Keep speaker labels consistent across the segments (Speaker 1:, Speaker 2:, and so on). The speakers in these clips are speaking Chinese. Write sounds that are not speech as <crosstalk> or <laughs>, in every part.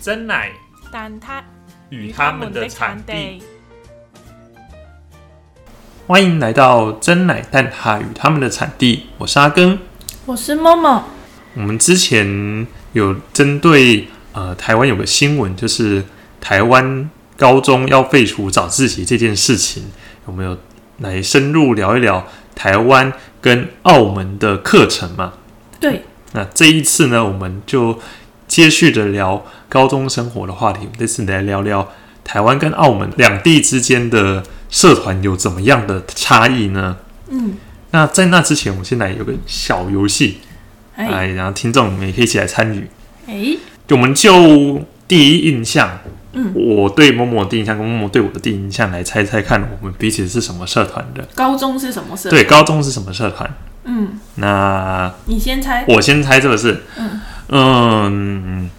Speaker 1: 真乃
Speaker 2: 但他
Speaker 1: 与他们的产地。，欢迎来到真奶蛋挞与他们的产地，我是阿根。
Speaker 2: 我是默默，
Speaker 1: 我们之前有针对呃台湾有个新闻，就是台湾高中要废除早自习这件事情，我们有来深入聊一聊台湾跟澳门的课程嘛？
Speaker 2: 对，
Speaker 1: 那这一次呢，我们就接续着聊高中生活的话题。我们这次来聊聊台湾跟澳门两地之间的社团有怎么样的差异呢？
Speaker 2: 嗯，
Speaker 1: 那在那之前，我们先来有个小游戏，
Speaker 2: 哎
Speaker 1: 哎，然后听众你们也可以一起来参与。
Speaker 2: 哎，
Speaker 1: 就我们就第一印象，
Speaker 2: 嗯
Speaker 1: 我对某某的第一印象跟某某对我的第一印象来猜猜看，我们彼此是什么社团的？
Speaker 2: 高中是什么社？
Speaker 1: 对，，高中是什么社团？
Speaker 2: 嗯，
Speaker 1: 那
Speaker 2: 你先猜，
Speaker 1: 我先猜这个是，
Speaker 2: 嗯
Speaker 1: 嗯，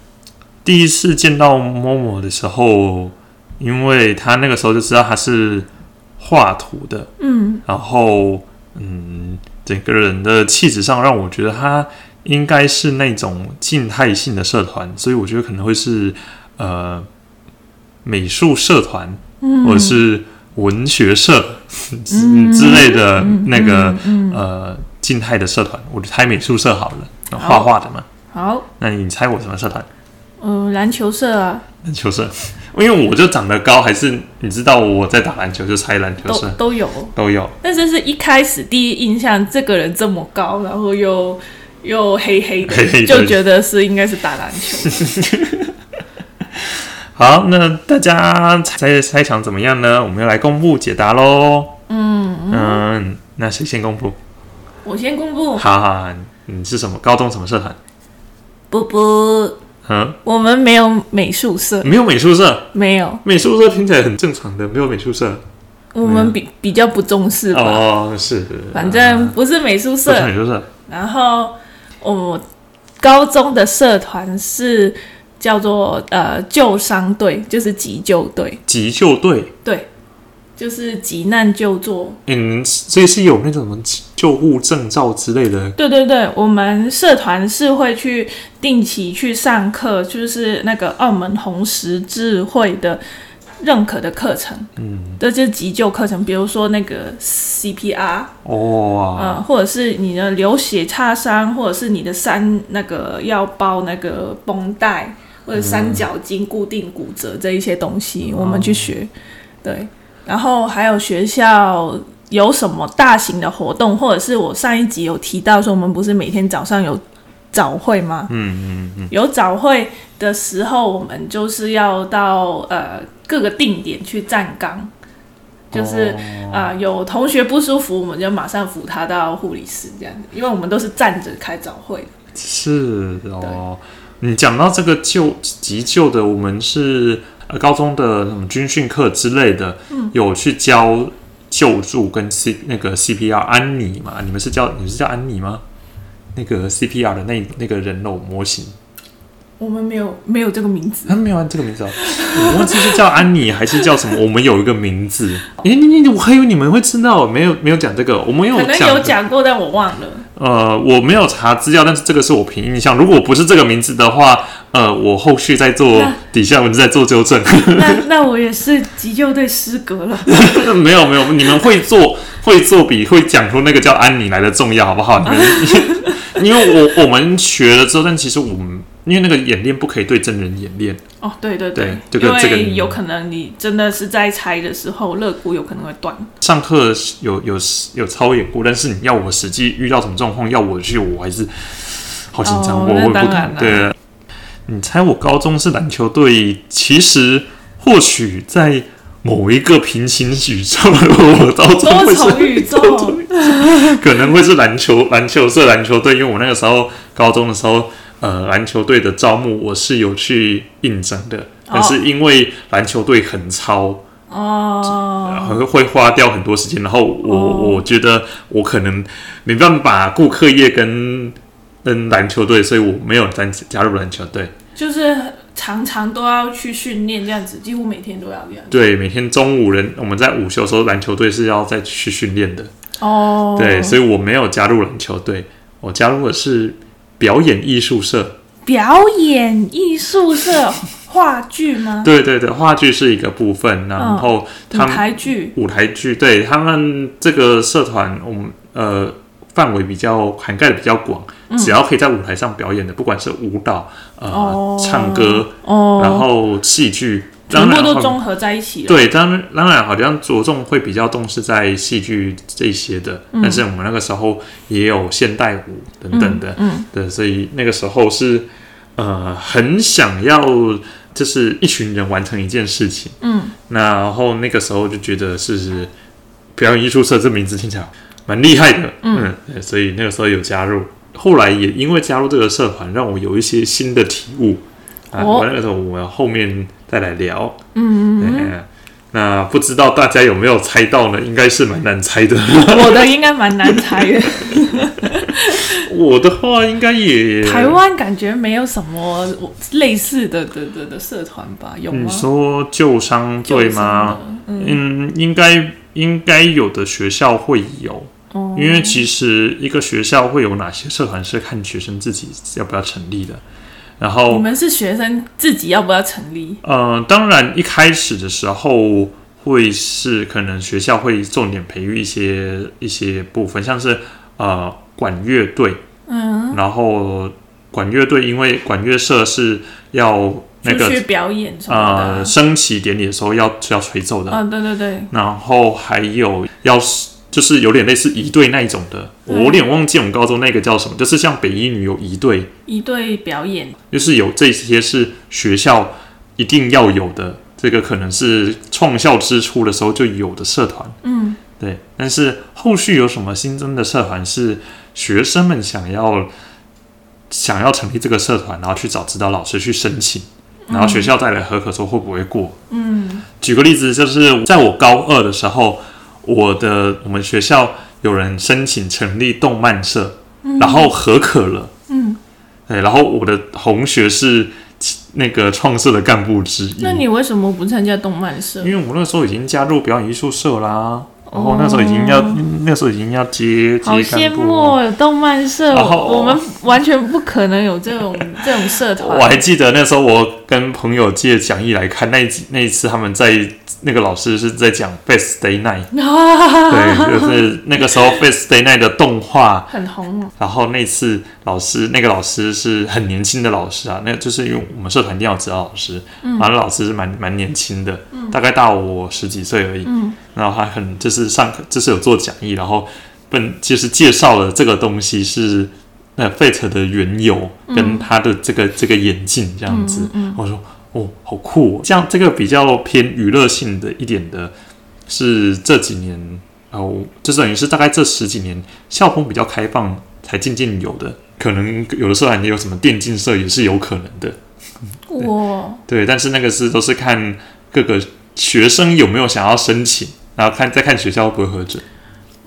Speaker 1: 第一次见到某某的时候，因为他那个时候就知道他是画图的，
Speaker 2: 嗯，
Speaker 1: 然后嗯，整个人的气质上让我觉得他应该是那种静态性的社团，所以我觉得可能会是呃美术社团
Speaker 2: 嗯
Speaker 1: 或者是文学社、之之类的那个、
Speaker 2: 嗯，嗯嗯
Speaker 1: 呃静态的社团，我就猜美术社好了，画画的嘛。
Speaker 2: 好，
Speaker 1: 那你猜我什么社团？ <laughs>
Speaker 2: 嗯，篮球社啊，
Speaker 1: 篮球社，因为我就长得高，还是你知道我在打篮球，就猜篮球
Speaker 2: 都
Speaker 1: 社
Speaker 2: 都有，
Speaker 1: 都有。
Speaker 2: 但是是一开始第一印象，这个人这么高，然后又又黑黑的，
Speaker 1: 黑黑的
Speaker 2: 就觉得是应该是打
Speaker 1: <laughs>
Speaker 2: 篮球。
Speaker 1: 好，那大家猜猜想怎么样呢？我们要来公布解答喽。嗯嗯，那谁先公布？
Speaker 2: 我先公布，
Speaker 1: 好好，好你是什么高中什么社团？
Speaker 2: 不不，
Speaker 1: 嗯，
Speaker 2: 我们没有美术社，
Speaker 1: 没有美术社，
Speaker 2: 没有，
Speaker 1: 美术社听起来很正常的，没有美术社。
Speaker 2: 我们比比较不重视吧。
Speaker 1: 哦，是，
Speaker 2: 反正不是美术
Speaker 1: 不
Speaker 2: 社
Speaker 1: 是，美术社，
Speaker 2: 然后我高中的社团是叫做呃救伤队，就是急救队，
Speaker 1: 急救队。
Speaker 2: 对，就是急难救助。
Speaker 1: 嗯，所以是有那种什么救护证照之类的。
Speaker 2: 对对对，我们社团是会去定期去上课，就是那个澳门红十字会的认可的课程，
Speaker 1: 嗯，
Speaker 2: 这就是急救课程，比如说那个 CPR，
Speaker 1: 哦，
Speaker 2: 嗯，或者是你的流血擦伤，或者是你的伤那个要包那个绷带或者三角巾固定骨折这一些东
Speaker 1: 嗯
Speaker 2: 西，我们去学。对，然后还有学校有什么大型的活动，或者是我上一集有提到说，我们不是每天早上有早会吗？
Speaker 1: 嗯嗯嗯，
Speaker 2: 有早会的时候，我们就是要到呃各个定点去站岗，
Speaker 1: 哦
Speaker 2: 就是啊、呃有同学不舒服，我们就马上扶他到护理室这样子，因为我们都是站着开早会的。
Speaker 1: 是哦，你讲到这个救急救的，我们是呃高中的什么军训课之类的，
Speaker 2: 嗯
Speaker 1: 有去教救助跟 C 那个 CPR 安妮嘛？你们是叫你们是叫安妮吗？那个 CPR 的那那个人偶模型，
Speaker 2: 我们没有没有这个名字，
Speaker 1: 他没有按这个名字哦，我忘记是叫安妮还是叫什么，我们有一个名字。诶、你你我还以为你们会知道，没有没有讲这个，我们有
Speaker 2: 可能
Speaker 1: 讲
Speaker 2: 有讲过，但我
Speaker 1: <laughs>
Speaker 2: 忘了。
Speaker 1: 呃，我没有查资料，但是这个是我凭印象。如果不是这个名字的话，呃，我后续再做
Speaker 2: 那
Speaker 1: 底下文字再做纠正。 <laughs>
Speaker 2: 那那我也是急救队失格了。
Speaker 1: 没有没有，你们会做会做比会讲出那个叫安妮来的重要，好不好？你们因为我我们学了之后，但其实我们因为那个演练不可以对真人演练，
Speaker 2: 哦，对对
Speaker 1: 对这个这
Speaker 2: 因
Speaker 1: 个
Speaker 2: 为
Speaker 1: 你
Speaker 2: 有可能你真的是在拆的时候，肋骨有可能会
Speaker 1: <laughs>
Speaker 2: 断。
Speaker 1: 上课有有有操演过，但是你要我实际遇到什么状况要我去，我还是好紧张，
Speaker 2: 哦
Speaker 1: 我我
Speaker 2: 那
Speaker 1: 也不
Speaker 2: 当然
Speaker 1: 敢。
Speaker 2: 啦
Speaker 1: 对，啊你猜我高中是篮球队，其实或许在某一个平行宇宙，我高中会
Speaker 2: 多
Speaker 1: 是
Speaker 2: 重宇宙，
Speaker 1: <laughs> 可能会是篮球篮球社篮球队，因为我那个时候高中的时候，呃，篮球队的招募我是有去应征的，但是因为篮球队很超。
Speaker 2: 哦，
Speaker 1: 很啊会花掉很多时间，然后我、
Speaker 2: 哦
Speaker 1: 我觉得我可能没办法顾课业跟跟篮球队，所以我没有加加入篮球队。
Speaker 2: 就是常常都要去训练，这样子，几乎每天都要这样。
Speaker 1: 对，每天中午人我们在午休的时候，篮球队是要再去训练的。
Speaker 2: 哦
Speaker 1: 对，所以我没有加入篮球队，我加入的是表演艺术社。
Speaker 2: 表演艺术社，话剧吗？
Speaker 1: 对对对，话剧是一个部分，然后
Speaker 2: 舞
Speaker 1: 他们、
Speaker 2: 台剧，
Speaker 1: 舞台剧，对他们这个社团，我们呃范围比较涵盖的比较广，
Speaker 2: 嗯
Speaker 1: 只要可以在舞台上表演的，不管是舞蹈、呃、
Speaker 2: 哦
Speaker 1: 唱歌，
Speaker 2: 哦，
Speaker 1: 然后戏剧，
Speaker 2: 全
Speaker 1: 当
Speaker 2: 部
Speaker 1: 然
Speaker 2: 都
Speaker 1: 好
Speaker 2: 综合在一起了。
Speaker 1: 对，当然当然好像着重会比较重视在戏剧这些的，
Speaker 2: 嗯
Speaker 1: 但是我们那个时候也有现代舞等等的，
Speaker 2: 嗯，
Speaker 1: 对，所以那个时候是呃很想要，就是一群人完成一件事情。
Speaker 2: 嗯，
Speaker 1: 那然后那个时候就觉得是表演艺术社这名字听起来蛮厉害的，嗯对所以那个时候有加入，后来也因为加入这个社团，让我有一些新的体悟。啊，
Speaker 2: 哦
Speaker 1: 我那个时候我们后面再来聊。
Speaker 2: 嗯嗯
Speaker 1: 嗯，那不知道大家有没有猜到呢？应该是蛮难猜的。
Speaker 2: 嗯，我的应该蛮难猜的。
Speaker 1: <laughs> 我的话应该也
Speaker 2: 台湾感觉没有什么类似的的的的社团吧？有
Speaker 1: 你
Speaker 2: 吗？
Speaker 1: 嗯说旧伤对吗？？
Speaker 2: 嗯，
Speaker 1: 嗯，应该应该有的学校会有，
Speaker 2: 哦
Speaker 1: 因为其实一个学校会有哪些社团是看学生自己要不要成立的。然
Speaker 2: 你
Speaker 1: 后，
Speaker 2: 们是学生自己要不要成立？
Speaker 1: 呃，当然一开始的时候会是可能学校会重点培育一些一些部分，像是呃管乐队，
Speaker 2: 嗯，
Speaker 1: 然后管乐队因为管乐社是要那
Speaker 2: 出去
Speaker 1: 个
Speaker 2: 表演什么的
Speaker 1: 呃。升旗典礼的时候要要吹奏的，
Speaker 2: 啊，对对对，
Speaker 1: 然后还有要是就是有点类似仪队那一种的，
Speaker 2: 嗯
Speaker 1: 我有点忘记我们高中那个叫什么，就是像北一女有仪队，
Speaker 2: 一对表演，
Speaker 1: 就是有这些是学校一定要有的，这个可能是创校之初的时候就有的社团，
Speaker 2: 嗯，
Speaker 1: 对。但是后续有什么新增的社团是学生们想要想要成立这个社团，然后去找指导老师去申请，然后学校再来核可说会不会过，
Speaker 2: 嗯，
Speaker 1: 举个例子，就是在我高二的时候，我的我们学校有人申请成立动漫社，然后合可了，
Speaker 2: 嗯，
Speaker 1: 对，然后我的同学是其那个创社的干部之一，
Speaker 2: 那你为什么不参加动漫社
Speaker 1: 因？为我那时候已经加入表演艺术社啦，然后那时候已经要、那时候已经要接
Speaker 2: 哦
Speaker 1: 接
Speaker 2: 好羡
Speaker 1: 干
Speaker 2: 慕
Speaker 1: 部。
Speaker 2: 哦动漫社，
Speaker 1: 然后
Speaker 2: 我我们完全不可能有这种 <laughs> 这种社团。
Speaker 1: 我还记得那时候我跟朋友借讲义来看那一集那一次他们在那个老师是在讲 Best Day Night，对，就是那个时候 Best Day Night 的动画
Speaker 2: <laughs> 很红哦，
Speaker 1: 然后那次老师，那个老师是很年轻的老师啊，那就是因为我们社团一定要有指导老师，然后那老师是蛮蛮年轻的，大概大我十几岁而已。
Speaker 2: 嗯
Speaker 1: 然后他很就是上课就是有做讲义，然后本就是介绍了这个东西是那 Fate 的缘由跟他的这个、这个眼镜这样
Speaker 2: 嗯
Speaker 1: 子。我说哦，好酷、哦！这样这个比较偏娱乐性的一点的，是这几年哦，就等于是大概这十几年校风比较开放才渐渐有的。可能有的社团也有什么电竞社也是有可能的，
Speaker 2: 哇，
Speaker 1: 对，但是那个是都是看各个学生有没有想要申请，然后看再看学校会不会核准。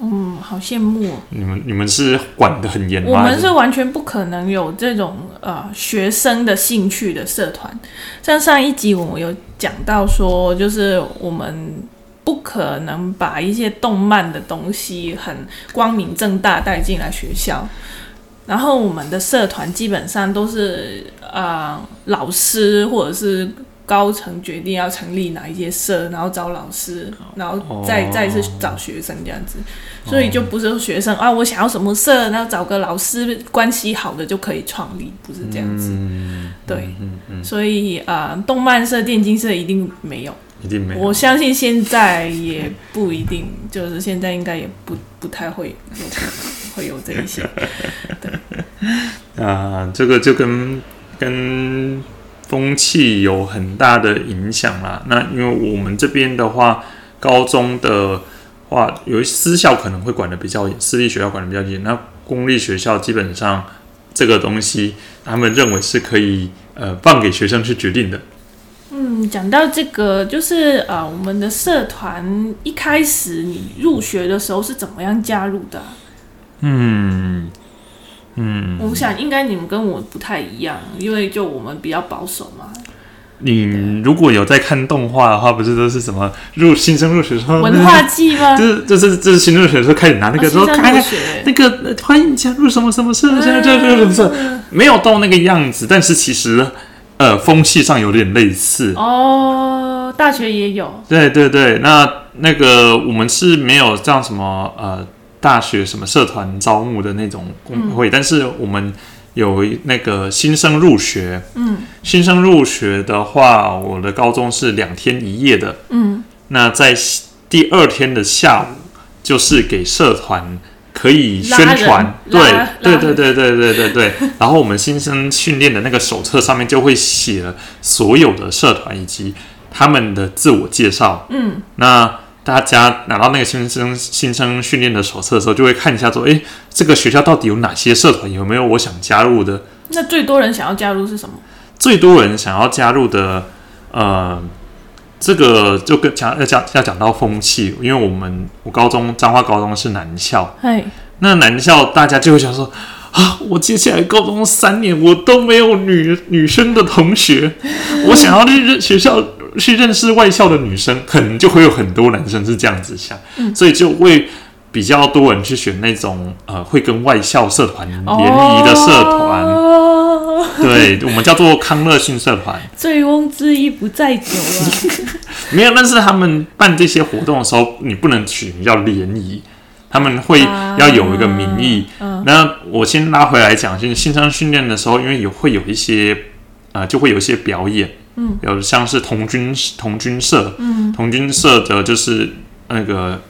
Speaker 2: 嗯，好羡慕哦。
Speaker 1: 你们你们是管得很严吗？
Speaker 2: 我们是完全不可能有这种呃学生的兴趣的社团。像上一集我们有讲到说，就是我们不可能把一些动漫的东西很光明正大带进来学校。然后我们的社团基本上都是呃老师或者是高层决定要成立哪一些社，然后找老师，然后
Speaker 1: 哦
Speaker 2: 再、再是找学生这样子。所以就不是说学生啊，我想要什么社，然后找个老师关系好的就可以创立，不是这样子。
Speaker 1: 嗯，
Speaker 2: 对
Speaker 1: 嗯，嗯嗯，
Speaker 2: 所以啊、呃动漫社、电竞社一定没有，
Speaker 1: 一定没有。
Speaker 2: 我相信现在也不一定，就是现在应该也不不太会有会有这一些。
Speaker 1: 啊、这个就跟跟风气有很大的影响啦。那因为我们这边的话，高中的话，有一些私校可能会管的比较严，私立学校管的比较严。那公立学校基本上这个东西，他们认为是可以呃放给学生去决定的。
Speaker 2: 嗯，讲到这个，就是呃，我们的社团一开始你入学的时候是怎么样加入的啊、
Speaker 1: 嗯嗯，
Speaker 2: 我想应该你们跟我不太一样，因为就我们比较保守嘛。
Speaker 1: 你如果有在看动画的话，不是都是什么入新生入学的时候，
Speaker 2: 文化季吗？
Speaker 1: <laughs> 就是就是就是新入学的时候开始拿那个
Speaker 2: 啊
Speaker 1: 说哎
Speaker 2: 新生
Speaker 1: 开
Speaker 2: 入
Speaker 1: 开
Speaker 2: 学
Speaker 1: 那个欢迎加入什么什么社，加入什么什么社，没有到那个样子，但是其实呃风气上有点类似。
Speaker 2: 哦，大学也有，
Speaker 1: 对对对，那那个我们是没有这样什么呃大学什么社团招募的那种工会，但是我们有一那个新生入学，
Speaker 2: 嗯
Speaker 1: 新生入学的话，我的高中是两天一夜的，
Speaker 2: 嗯，
Speaker 1: 那在第二天的下午就是给社团。可以宣传，对
Speaker 2: 拉人拉
Speaker 1: 对
Speaker 2: 拉
Speaker 1: 对对对对对对。 <laughs> 然后我们新生训练的那个手册上面就会写了所有的社团以及他们的自我介绍，
Speaker 2: 嗯，
Speaker 1: 那大家拿到那个新生新生训练的手册的时候，就会看一下说，诶，这个学校到底有哪些社团，有没有我想加入的？
Speaker 2: 那最多人想要加入是什么？
Speaker 1: 最多人想要加入的，呃，这个就跟讲要讲要讲到风气，因为我们我高中彰化高中是男校，
Speaker 2: 嘿，
Speaker 1: 那男校大家就会想说。啊！我接下来高中三年，我都没有女女生的同学，我想要去认学校去认识外校的女生，可能就会有很多男生是这样子想，所以就会比较多人去选那种呃会跟外校社团联谊的社团，
Speaker 2: 哦
Speaker 1: 对我们叫做康乐性社团。
Speaker 2: 醉翁之意不在
Speaker 1: <laughs>
Speaker 2: 酒啊。
Speaker 1: 没有，但是他们办这些活动的时候，你不能取名叫联谊，他们会
Speaker 2: 啊
Speaker 1: 要有一个名义。
Speaker 2: 嗯
Speaker 1: 那我先拉回来讲，就是新生训练的时候，因为有会有一些呃，就会有一些表演，
Speaker 2: 嗯，
Speaker 1: 有像是童军童军社，
Speaker 2: 嗯
Speaker 1: 童军社的就是那个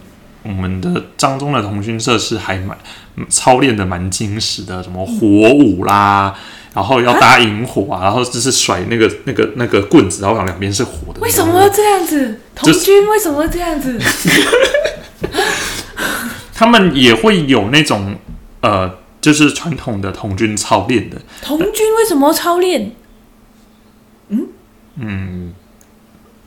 Speaker 1: 我们的张中的童军社是还蛮嗯操练的蛮精实的，什么火舞啦。然后要搭萤火啊，然后就是甩那个那个那个棍子，然后两边是火的那种。
Speaker 2: 为什么要这样子？童
Speaker 1: 就是
Speaker 2: 军为什么要这样子？
Speaker 1: 他们也会有那种呃，就是传统的童军操练的，
Speaker 2: 童军为什么要操练？
Speaker 1: 嗯，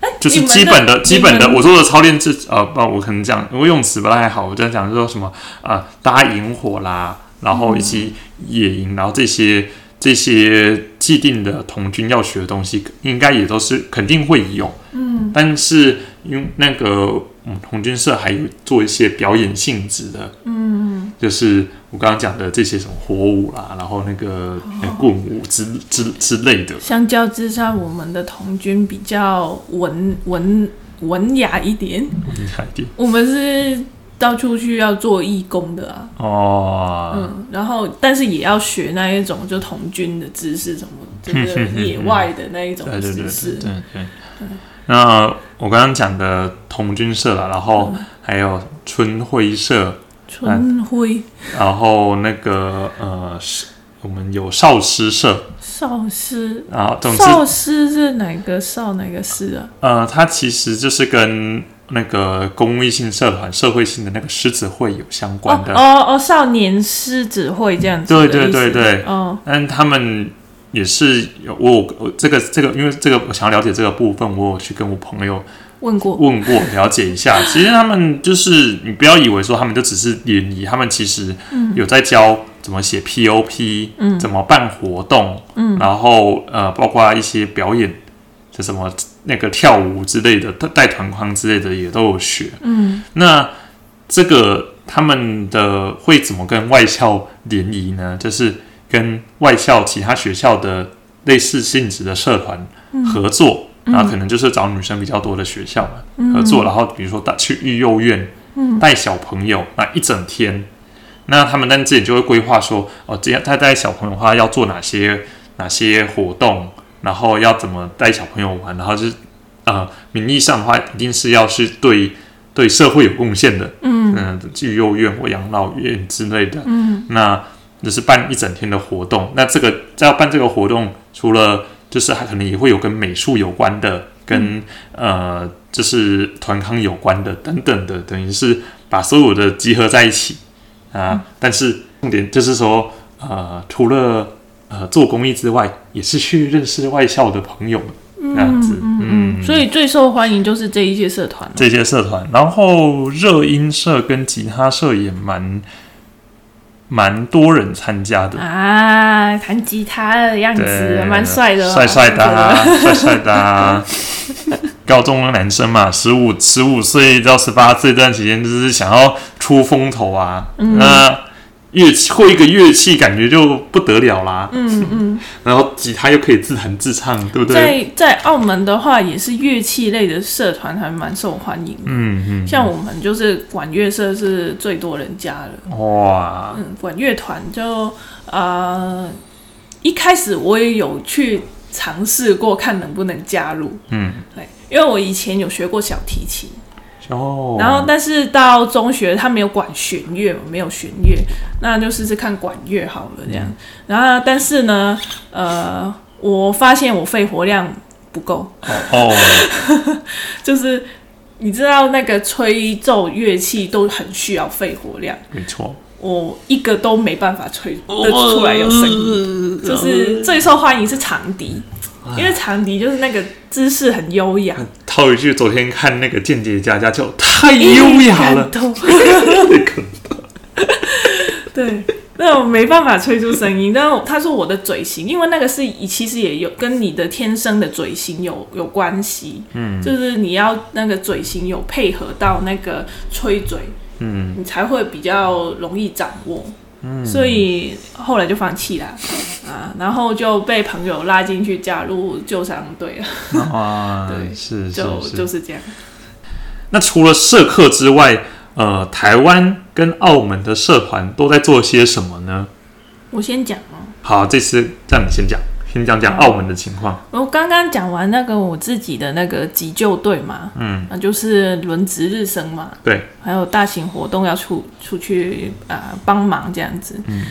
Speaker 2: 哎
Speaker 1: 就是
Speaker 2: 你们
Speaker 1: 基本的基本的。
Speaker 2: 你们
Speaker 1: 我说的操练是呃，不，我可能讲我用词不太好，我在讲说什么啊、呃搭萤火啦，然后以及
Speaker 2: 嗯
Speaker 1: 野营，然后这些这些既定的童军要学的东西，应该也都是肯定会有，
Speaker 2: 嗯
Speaker 1: 但是因为那个嗯，童军社还有做一些表演性质的，
Speaker 2: 嗯，
Speaker 1: 就是我刚刚讲的这些什么火舞啦，然后那
Speaker 2: 哦
Speaker 1: 个、呃棍舞之之之类的。
Speaker 2: 相较之下，我们的童军比较文文文雅一点。
Speaker 1: 厉害一点
Speaker 2: 我们是到处去要做义工的啊，
Speaker 1: 哦，
Speaker 2: 嗯，然后但是也要学那一种就童军的知
Speaker 1: <laughs>
Speaker 2: 识，什么就是野外的那一种
Speaker 1: 对对对
Speaker 2: 知
Speaker 1: 对
Speaker 2: 识。
Speaker 1: 对对。那我刚刚讲的童军社啦，然后
Speaker 2: 嗯
Speaker 1: 还有春晖社，
Speaker 2: 春晖
Speaker 1: 然后那个呃，是我们有少师社，
Speaker 2: 少师，
Speaker 1: 然后总之
Speaker 2: 少师是哪个少哪个师啊？
Speaker 1: 呃，它其实就是跟那个公益性社团、社会性的那个狮子会有相关的
Speaker 2: 哦哦哦，少年狮子会这样子。
Speaker 1: 对对对对，
Speaker 2: 哦，
Speaker 1: 但他们也是有我有我这个这个，因为这个我想要了解这个部分，我有去跟我朋友
Speaker 2: 问过。
Speaker 1: 问过了解一
Speaker 2: <laughs>
Speaker 1: 下。其实他们就是你不要以为说他们就只是联谊，他们其实有在教怎么写 POP，、
Speaker 2: 嗯
Speaker 1: 怎么办活动，
Speaker 2: 嗯
Speaker 1: 然后呃，包括一些表演，就什么那个跳舞之类的、带团框之类的也都有学。
Speaker 2: 嗯
Speaker 1: 那这个他们的会怎么跟外校联谊呢？就是跟外校其他学校的类似性质的社团合作，然后可能就是找女生比较多的学校嘛、合作，然后比如说带去育幼院
Speaker 2: 嗯
Speaker 1: 带小朋友那一整天，那他们但自己就会规划说，哦，这样他带小朋友的话要做哪些哪些活动，然后要怎么带小朋友玩，然后就是呃，名义上的话一定是要是对对社会有贡献的，
Speaker 2: 嗯
Speaker 1: 嗯，育幼院或养老院之类的，
Speaker 2: 嗯
Speaker 1: 那就是办一整天的活动。那这个在办这个活动，除了就是还可能也会有跟美术有关的，
Speaker 2: 嗯
Speaker 1: 跟、呃就是团康有关的等等的，等于是把所有的集合在一起啊、
Speaker 2: 嗯
Speaker 1: 但是重点就是说，呃，除了呃做公益之外，也是去认识外校的朋友们这样子，
Speaker 2: 嗯，所以最受欢迎就是这一些社团了。
Speaker 1: 这些社团，然后热音社跟吉他社也蛮蛮多人参加的，
Speaker 2: 啊，弹吉他的样子
Speaker 1: 嗯对，
Speaker 2: 蛮帅的哦，
Speaker 1: 帅帅的、啊，帅帅的、啊。 <laughs> 高中的男生嘛，十五
Speaker 2: 嗯
Speaker 1: 十五岁到十八岁这段期间，就是想要出风头啊。那乐器会一个乐器，感觉就不得了啦。
Speaker 2: 嗯嗯，
Speaker 1: <laughs> 然后吉他又可以自弹自唱，对不对？
Speaker 2: 在在澳门的话，也是乐器类的社团还蛮受欢迎的。
Speaker 1: 嗯
Speaker 2: 像我们就是管乐社是最多人加的，
Speaker 1: 嗯，哇，
Speaker 2: 嗯，管乐团就呃，一开始我也有去尝试过，看能不能加入，
Speaker 1: 嗯，
Speaker 2: 对，因为我以前有学过小提琴，
Speaker 1: 哦，
Speaker 2: 然后但是到中学他没有管弦乐，没有弦乐，那就试试看管乐好了这样。然后但是呢，呃，我发现我肺活量不够，
Speaker 1: 哦，
Speaker 2: 就是你知道那个吹奏乐器都很需要肺活量，
Speaker 1: 没错，
Speaker 2: 我一个都没办法吹得出来有声音。
Speaker 1: 音
Speaker 2: 就是最受欢迎是长笛，因为长笛就是那个姿势很优雅，
Speaker 1: 套一句，昨天看那个《间谍家家酒》，太优雅了，
Speaker 2: 感动。
Speaker 1: 那个
Speaker 2: <laughs> 对，那我没办法吹出声音。但他说我的嘴型，因为那个是其实也有跟你的天生的嘴型有有关系，嗯，就是你要那个嘴型有配合到那个吹嘴，
Speaker 1: 嗯，
Speaker 2: 你才会比较容易掌握。嗯，所以后来就放弃 <laughs> 啦，啊，然后就被朋友拉进去加入救伤队了，
Speaker 1: 啊，
Speaker 2: 哎对
Speaker 1: 是是。
Speaker 2: 就是就是这样。
Speaker 1: 那除了社课之外，呃，台湾跟澳门的社团都在做些什么呢？
Speaker 2: 我先讲哦，
Speaker 1: 好，这次让你先讲，先讲讲
Speaker 2: 好
Speaker 1: 澳门的情况。
Speaker 2: 我刚刚讲完那个我自己的那个急救队嘛，
Speaker 1: 嗯，
Speaker 2: 啊，就是轮值日生嘛，
Speaker 1: 对，
Speaker 2: 还有大型活动要出出去啊帮忙这样子。
Speaker 1: 嗯，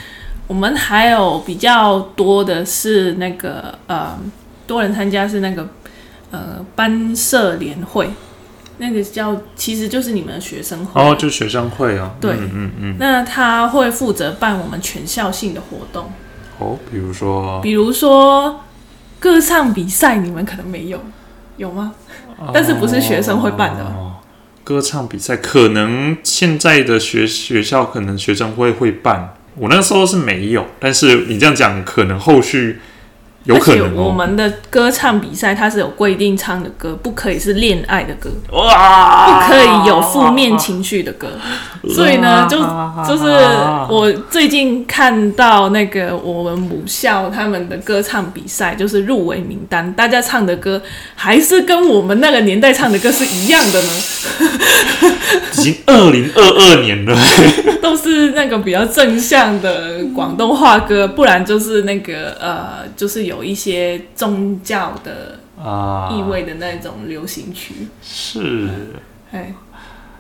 Speaker 2: 我们还有比较多的是那个呃多人参加是那个呃班社联会，那个叫其实就是你们的学生会。
Speaker 1: 哦，就学生会哦。
Speaker 2: 对
Speaker 1: 嗯嗯嗯。
Speaker 2: 那他会负责办我们全校性的活动，
Speaker 1: 哦，比如说，
Speaker 2: 比如说歌唱比赛，你们可能没有，有吗？但是不是学生会办的
Speaker 1: 哦歌唱比赛，可能现在的学学校可能学生会会办，我那时候是没有，但是你这样讲，可能后续有可
Speaker 2: 而
Speaker 1: 能
Speaker 2: 且
Speaker 1: 哦。
Speaker 2: 我们的歌唱比赛它是有规定唱的歌，不可以是恋爱的歌，
Speaker 1: 哇，
Speaker 2: 不可以有负面情绪的歌。所以呢，就就是我最近看到那个我们母校他们的歌唱比赛，就是入围名单，大家唱的歌还是跟我们那个年代唱的歌是一样的呢，
Speaker 1: 已经二零二二年了，
Speaker 2: 都是那个比较正向的广东话歌，不然就是那个呃，就是有一些宗教的
Speaker 1: <laughs> 啊，
Speaker 2: 意味的那种流行曲。
Speaker 1: 是
Speaker 2: 哎，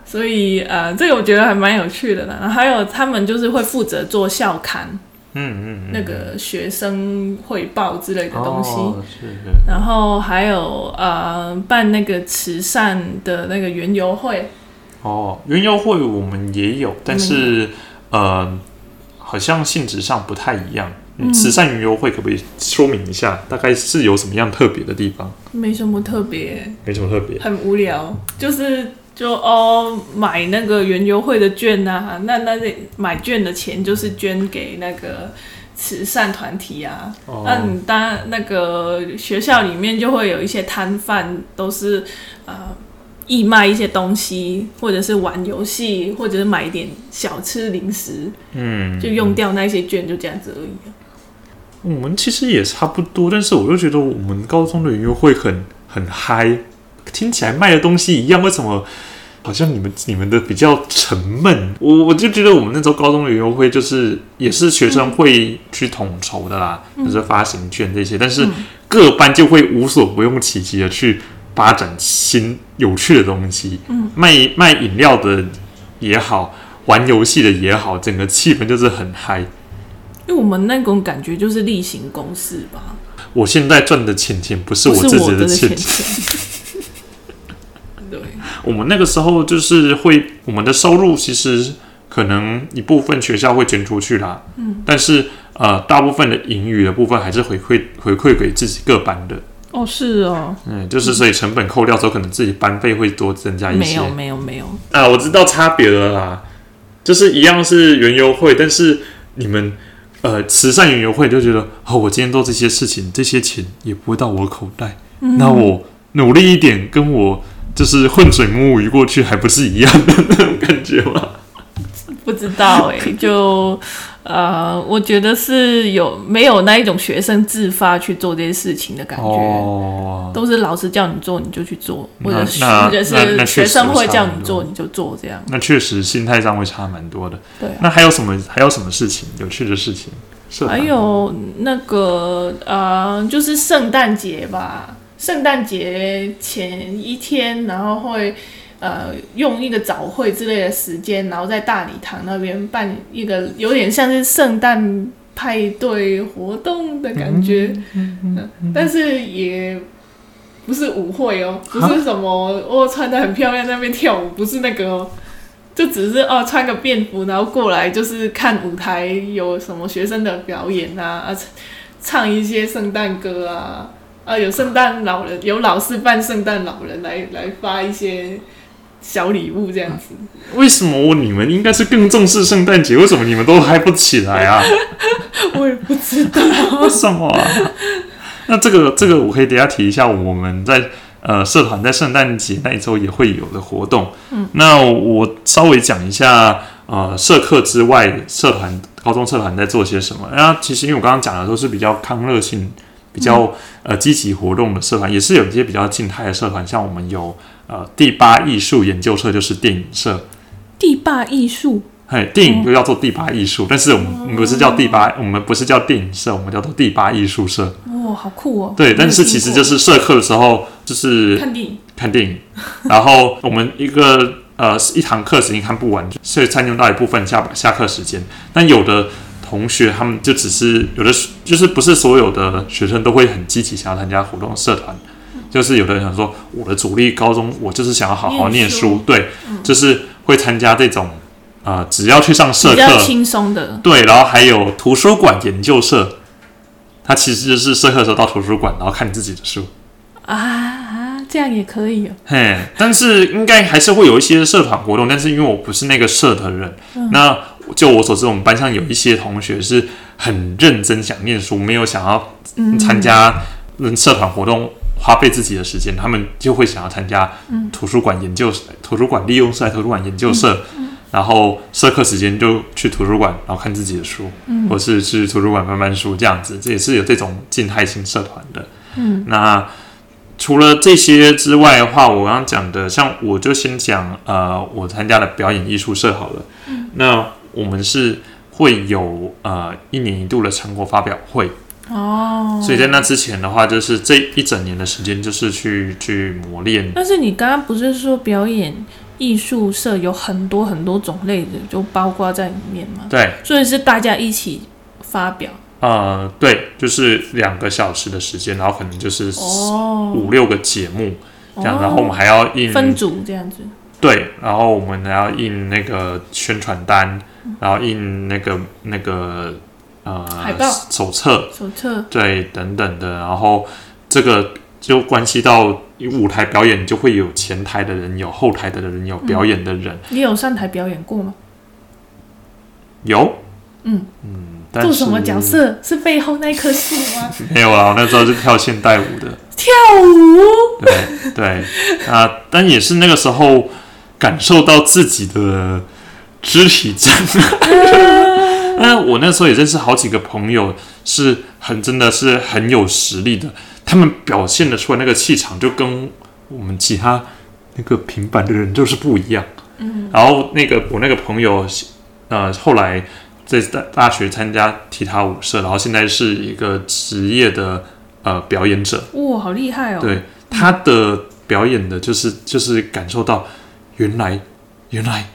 Speaker 2: 所以呃，这个我觉得还蛮有趣的啦。然后还有他们就是会负责做校刊，
Speaker 1: 嗯嗯
Speaker 2: 那个学生汇报之类的东西，
Speaker 1: 哦是
Speaker 2: 然后还有呃办那个慈善的那个园游会，
Speaker 1: 哦，园游会我们也有，但是、
Speaker 2: 嗯
Speaker 1: 呃，好像性质上不太一样。嗯慈善园游会可不可以说明一下，大概是有什么样特别的地方？
Speaker 2: 没什么特别，
Speaker 1: 没什么特别。
Speaker 2: 很无聊，就是。就哦，买那个园游会的券啊，那那那买券的钱就是捐给那个慈善团体啊，
Speaker 1: 哦
Speaker 2: 那你当然那个学校里面就会有一些摊贩，都是呃义卖一些东西，或者是玩游戏，或者是买一点小吃零食，
Speaker 1: 嗯，
Speaker 2: 就用掉那些券，就这样子而已。
Speaker 1: 我们其实也差不多，但是我又觉得我们高中的园游会很很嗨，听起来卖的东西一样，为什么好像你们你们的比较沉闷？我我就觉得我们那时候高中的园游会就是也是学生会去统筹的啦，就是发行券这些，但是各班就会无所不用其极的去发展新有趣的东西，
Speaker 2: 嗯，
Speaker 1: 卖卖饮料的也好，玩游戏的也好，整个气氛就是很嗨。
Speaker 2: 因为我们那种感觉就是例行公事吧，
Speaker 1: 我现在赚的钱钱不是
Speaker 2: 不
Speaker 1: 我自
Speaker 2: 是我
Speaker 1: 己
Speaker 2: 的
Speaker 1: 钱
Speaker 2: 钱。 <laughs> 对，
Speaker 1: 我们那个时候就是会，我们的收入其实可能一部分学校会捐出去啦，嗯，但是呃，大部分的盈余的部分还是回馈回馈给自己各班的，
Speaker 2: 哦是哦，
Speaker 1: 嗯，就是所以成本扣掉之后，可能自己班费会多增加一
Speaker 2: 没
Speaker 1: 些。
Speaker 2: 有没有没有，
Speaker 1: 啊，我知道差别了啦，就是一样是园游会，但是你们呃慈善园游会就觉得哦，我今天做这些事情，这些钱也不会到我口袋，
Speaker 2: 嗯
Speaker 1: 那我努力一点，跟我就是浑水摸鱼过去，还不是一样的那种感觉吗？
Speaker 2: 不知知道哎、就呃，我觉得是有没有那一种学生自发去做这些事情的感觉。
Speaker 1: 哦，
Speaker 2: 都是老师叫你做你就去做，
Speaker 1: 那
Speaker 2: 或者是
Speaker 1: 那
Speaker 2: 或者
Speaker 1: 那那
Speaker 2: 是
Speaker 1: 确
Speaker 2: 学
Speaker 1: 实
Speaker 2: 生会叫
Speaker 1: 差很
Speaker 2: 你
Speaker 1: 多
Speaker 2: 做你就做这样。
Speaker 1: 那确实心态上会差蛮多的。
Speaker 2: 对啊，
Speaker 1: 那还有什么还有什么事情有趣的事情？社团
Speaker 2: 还有那个呃，就是圣诞节吧，圣诞节前一天，然后会呃用一个早会之类的时间，然后在大礼堂那边办一个有点像是圣诞派对活动的感觉，嗯但是也。不是舞会哦，不是什么哦，穿的很漂亮在那边跳舞，不是那个哦，就只是哦穿个便服，然后过来就是看舞台有什么学生的表演啊，啊唱一些圣诞歌啊，啊有圣诞老人，有老师扮圣诞老人来来发一些小礼物这样子。
Speaker 1: 为什么你们应该是更重视圣诞节？为什么你们都嗨不起来啊？
Speaker 2: <laughs> 我也不知道，
Speaker 1: 为什么啊、 <laughs> 那这个这个我可以等一下提一下，我们在呃社团在圣诞节那一周也会有的活动。嗯，那我稍微讲一下呃社课之外，社团高中社团在做些什么。那其实因为我刚刚讲的都是比较康乐性、比较、呃积极活动的社团，也是有一些比较静态的社团，像我们有呃第八艺术研究社，就是电影社。
Speaker 3: 地霸艺术
Speaker 1: 嘿，电影就叫做第八艺术，但是我们我们不是叫第八，我们不是叫电影社，我们叫做第八艺术社。
Speaker 3: 哇，好酷哦！
Speaker 1: 对，但是其实就是社课的时候，就是
Speaker 2: 看电影
Speaker 1: 看电影， <laughs> 然后我们一个呃一堂课时间看不完，所以占用到一部分下下课时间。但有的同学他们就只是有的就是不是所有的学生都会很积极想要参加活动社团，就是有的人想说我的主力高中我就是想要好好念
Speaker 2: 念
Speaker 1: 书，
Speaker 2: 书
Speaker 1: 对，就是会参加这种呃只要去上社
Speaker 2: 比较
Speaker 1: 课
Speaker 2: 轻松的，
Speaker 1: 对，然后还有图书馆研究社，它其实就是社课的时候到图书馆，然后看自己的书。
Speaker 2: 啊啊，这样也可以、哦。
Speaker 1: 嘿，但是应该还是会有一些社团活动，但是因为我不是那个社的人，那就我所知，我们班上有一些同学是很认真想念书，没有想要
Speaker 2: 嗯
Speaker 1: 参加嗯社团活动，花费自己的时间，他们就会想要参加图书馆研究、图书馆利用社、图书馆研究社，然后社课时间就去图书馆，然后看自己的书，
Speaker 2: 嗯
Speaker 1: 或是去图书馆翻翻书这样子，这也是有这种静态性社团的。嗯，那。除了这些之外的话，我刚刚讲的，像我就先讲呃，我参加的表演艺术社好了。
Speaker 2: 嗯
Speaker 1: 那我们是会有呃一年一度的成果发表会，
Speaker 2: 哦，
Speaker 1: 所以在那之前的话，就是这一整年的时间就是去去磨练。
Speaker 2: 但是你刚刚不是说表演艺术社有很多很多种类的，就包括在里面吗？
Speaker 1: 对，
Speaker 2: 所以是大家一起发表
Speaker 1: 呃，对，就是两个小时的时间，然后可能就是
Speaker 2: 哦，
Speaker 1: 五六个节目这样，
Speaker 2: 哦
Speaker 1: 然后我们还要印
Speaker 2: 分组这样子，
Speaker 1: 对，然后我们还要印那个宣传单，然后印那个那个呃
Speaker 2: 嗯海报
Speaker 1: 手册，
Speaker 2: 手册
Speaker 1: 对，等等的。然后这个就关系到舞台表演，就会有前台的人，有后台的人，有表演的人，
Speaker 2: 你有上台表演过吗？
Speaker 1: 有
Speaker 2: 嗯
Speaker 1: 嗯，但
Speaker 2: 做什么
Speaker 1: 是
Speaker 2: 角色？是背后那棵树
Speaker 1: <laughs>
Speaker 2: 吗？
Speaker 1: 没有啊，我那时候是跳现代舞的。
Speaker 2: 跳舞
Speaker 1: 对 <laughs> 对啊、但也是那个时候感受到自己的肢体障碍。 <laughs> 那我那时候也认识好几个朋友，是很真的是很有实力的，他们表现的出来那个气场，就跟我们其他那个平凡的人就是不一样。嗯，然后那个我那个朋友，呃，后来在大大学参加踢踏舞社，然后现在是一个职业的呃表演者。
Speaker 2: 哇，好厉害哦！
Speaker 1: 对他的表演的，就是就是感受到，原来原来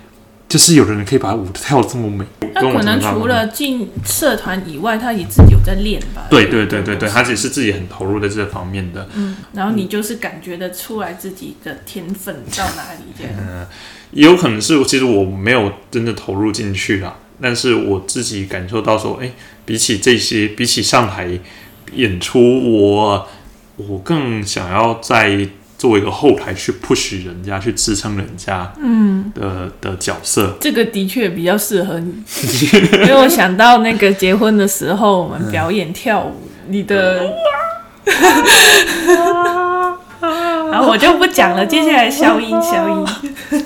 Speaker 1: 就是有的人可以把舞跳得这么美。
Speaker 2: 那
Speaker 1: 跟我
Speaker 2: 可能
Speaker 1: 想象的
Speaker 2: 除
Speaker 1: 不一样
Speaker 2: 了进社团以外，他也自己有在练吧？
Speaker 1: 对对对对对，他也是自己很投入在这方面的。
Speaker 2: 嗯，然后你就是感觉得出来自己的天分到哪里这样。
Speaker 1: 也有可能是其实我没有真的投入进去啦，但是我自己感受到说，哎、比起这些，比起上台演出，我我更想要在作为一个后台去 push 人家，去支撑人家，嗯的的角色。
Speaker 2: 这个的确比较适合你，因为我想到那个结婚的时候，我们表演跳舞，你的，然后我就不讲了，接下来消音消音。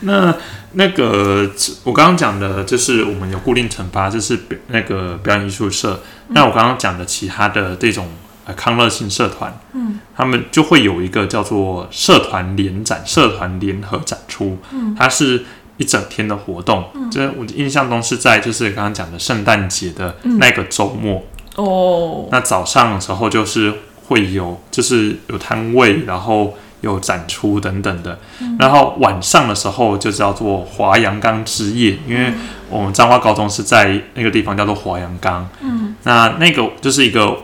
Speaker 1: 那那个我刚刚讲的，就是我们有固定惩罚，就是表那个表演艺术社。
Speaker 4: 嗯
Speaker 1: 那我刚刚讲的其他的这种呃康乐性社团，
Speaker 4: 嗯，
Speaker 1: 他们就会有一个叫做社团联展、社团联合展出，
Speaker 4: 嗯，
Speaker 1: 它是一整天的活动。这我印象中是在就是刚刚讲的圣诞节的
Speaker 4: 嗯
Speaker 1: 那个周末，
Speaker 4: 哦，
Speaker 1: 那早上的时候就是会有，就是有摊位，然后有展出等等的。然后晚上的时候就叫做华阳冈之夜，因为我们彰化高中是在那个地方叫做华阳冈。
Speaker 4: 嗯
Speaker 1: 那那个就是一个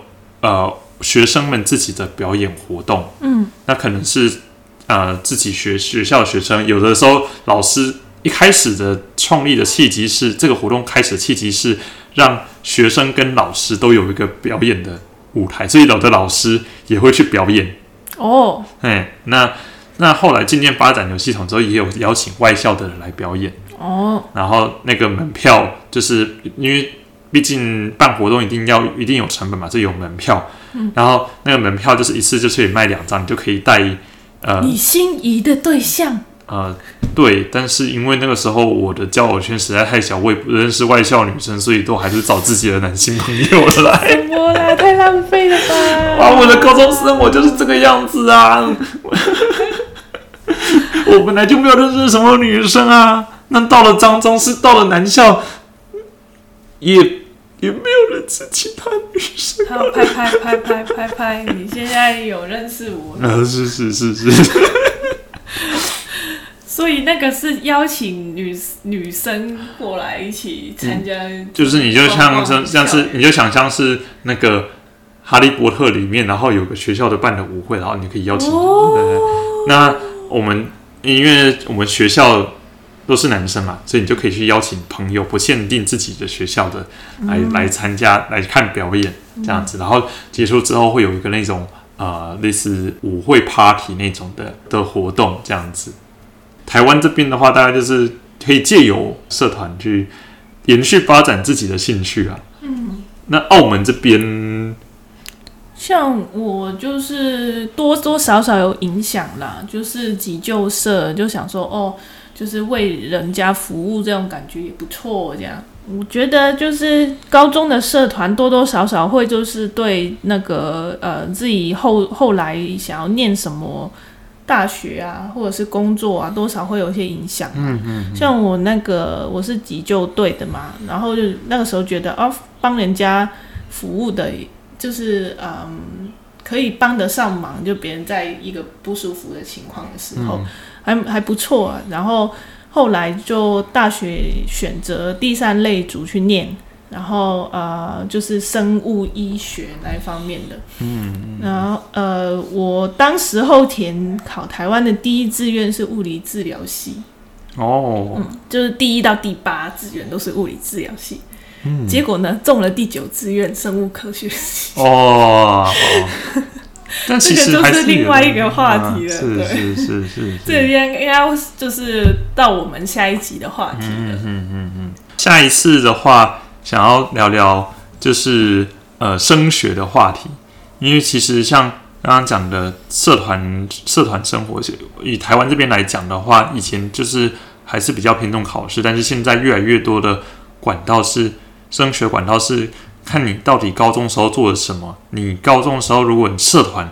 Speaker 1: 呃学生们自己的表演活动，
Speaker 4: 嗯
Speaker 1: 那可能是呃自己学学校的学生，有的时候老师一开始的创立的契机是这个活动开始的契机是让学生跟老师都有一个表演的舞台，所以有的老师也会去表演。
Speaker 4: 哦，
Speaker 1: 哎，那那后来渐渐发展有系统之后，也有邀请外校的人来表演。
Speaker 4: 哦，
Speaker 1: 然后那个门票就是因为毕竟办活动一定要一定有成本嘛，这有门票。
Speaker 4: 嗯
Speaker 1: 然后那个门票就是一次就可以卖两张，你就可以带呃
Speaker 4: 你心仪的对象，
Speaker 1: 呃，对，但是因为那个时候我的交友圈实在太小，我也不认识外校女生，所以都还是找自己的男性朋友来。 <laughs>
Speaker 4: 什么啦？太浪费了吧！
Speaker 1: 啊，我的高中生活就是这个样子啊！ <laughs> 我本来就没有认识什么女生啊，那到了彰中是到了南校，也也没有认识其他女生。 <laughs>
Speaker 4: 好，拍拍拍拍拍拍，你现在有认识我，
Speaker 1: 呃，是是是是，
Speaker 4: 所以那个是邀请女女生过来一起参加。
Speaker 1: 就是你就像
Speaker 4: 双
Speaker 1: 像
Speaker 4: 方
Speaker 1: 像
Speaker 4: 校
Speaker 1: 是
Speaker 4: 园
Speaker 1: 你就想象是那个《哈利波特》里面，然后有个学校的办的舞会，然后你可以邀请。
Speaker 2: 네.
Speaker 1: 对
Speaker 4: 哦，
Speaker 1: 那我们因为我们学校都是男生嘛，所以你就可以去邀请朋友，不限定自己的学校的来、来参加来看表演这样子。然后结束之后会有一个那种呃类似舞会 party 那种的的活动这样子。台湾这边的话，大概就是可以借由社团去延续发展自己的兴趣啊。
Speaker 4: 嗯，
Speaker 1: 那澳门这边，
Speaker 2: 像我就是多多少少有影响啦，就是急救社就想说哦，就是为人家服务这种感觉也不错，这样。我觉得就是高中的社团多多少少会就是对那个呃自己后后来想要念什么大学啊，或者是工作啊，多少会有一些影响。啊
Speaker 1: 嗯嗯，
Speaker 2: 像我那个我是急救队的嘛，然后就那个时候觉得哦，帮人家服务的，就是嗯，可以帮得上忙，就别人在一个不舒服的情况的时候，还还不错、啊。然后后来就大学选择第三类组去念，然后呃，就是生物医学那一方面的。嗯，然后呃，我当时候填考台湾的第一志愿是物理治疗系。
Speaker 1: 哦，
Speaker 2: 就是第一到第八志愿都是物理治疗系，
Speaker 1: 嗯
Speaker 2: 结果呢中了第九志愿生物科学系。
Speaker 1: 哦，
Speaker 2: <laughs>
Speaker 1: 哦但其
Speaker 2: 这
Speaker 1: 实
Speaker 2: 个
Speaker 1: 还
Speaker 2: 就是
Speaker 1: 是
Speaker 2: 另
Speaker 1: 有
Speaker 2: 外
Speaker 1: 的
Speaker 2: 一个话题了
Speaker 1: 啊是是
Speaker 2: 对
Speaker 1: 是是，
Speaker 2: 这
Speaker 1: 是
Speaker 2: 边应该就是到我们下一集的话题
Speaker 1: 嗯
Speaker 2: 了。
Speaker 1: 下一次的话，想要聊聊就是呃升学的话题，因为其实像刚刚讲的社团社团生活，以台湾这边来讲的话，以前就是还是比较偏重考试，但是现在越来越多的管道是升学管道是看你到底高中时候做了什么。你高中的时候，如果你社团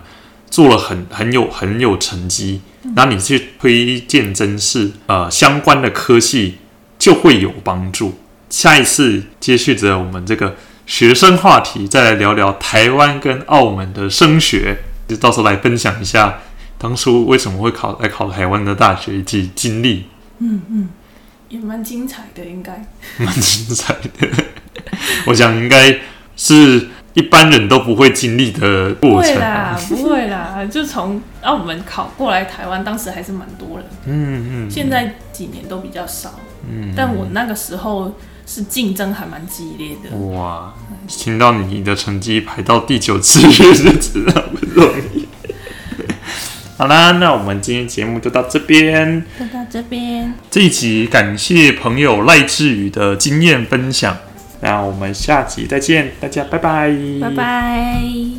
Speaker 1: 做了很很有很有成绩，然后你去推荐真试呃相关的科系，就会有帮助。下一次接续着我们这个学生话题，再来聊聊台湾跟澳门的升学，就到时候来分享一下当初为什么会考来考台湾的大学以及经历，
Speaker 2: 也蛮精彩的，应该
Speaker 1: 蛮精彩的。我想应该是一般人都不会经历的
Speaker 2: 不
Speaker 1: 过
Speaker 2: 会
Speaker 1: 程。
Speaker 2: 啦，不会啦，就从澳门考过来台湾，当时还是蛮多人，
Speaker 1: 嗯嗯，
Speaker 2: 现在几年都比较少。
Speaker 1: 嗯
Speaker 2: 但我那个时候是竞争还蛮激烈的，
Speaker 1: 嗯哇，听到你的成绩排到第九志愿就知道不容易。好啦，那我们今天节目就到这边。
Speaker 2: 就到这边，
Speaker 1: 这一集感谢朋友赖志宇的经验分享，那我们下集再见，大家拜拜，
Speaker 2: 拜拜。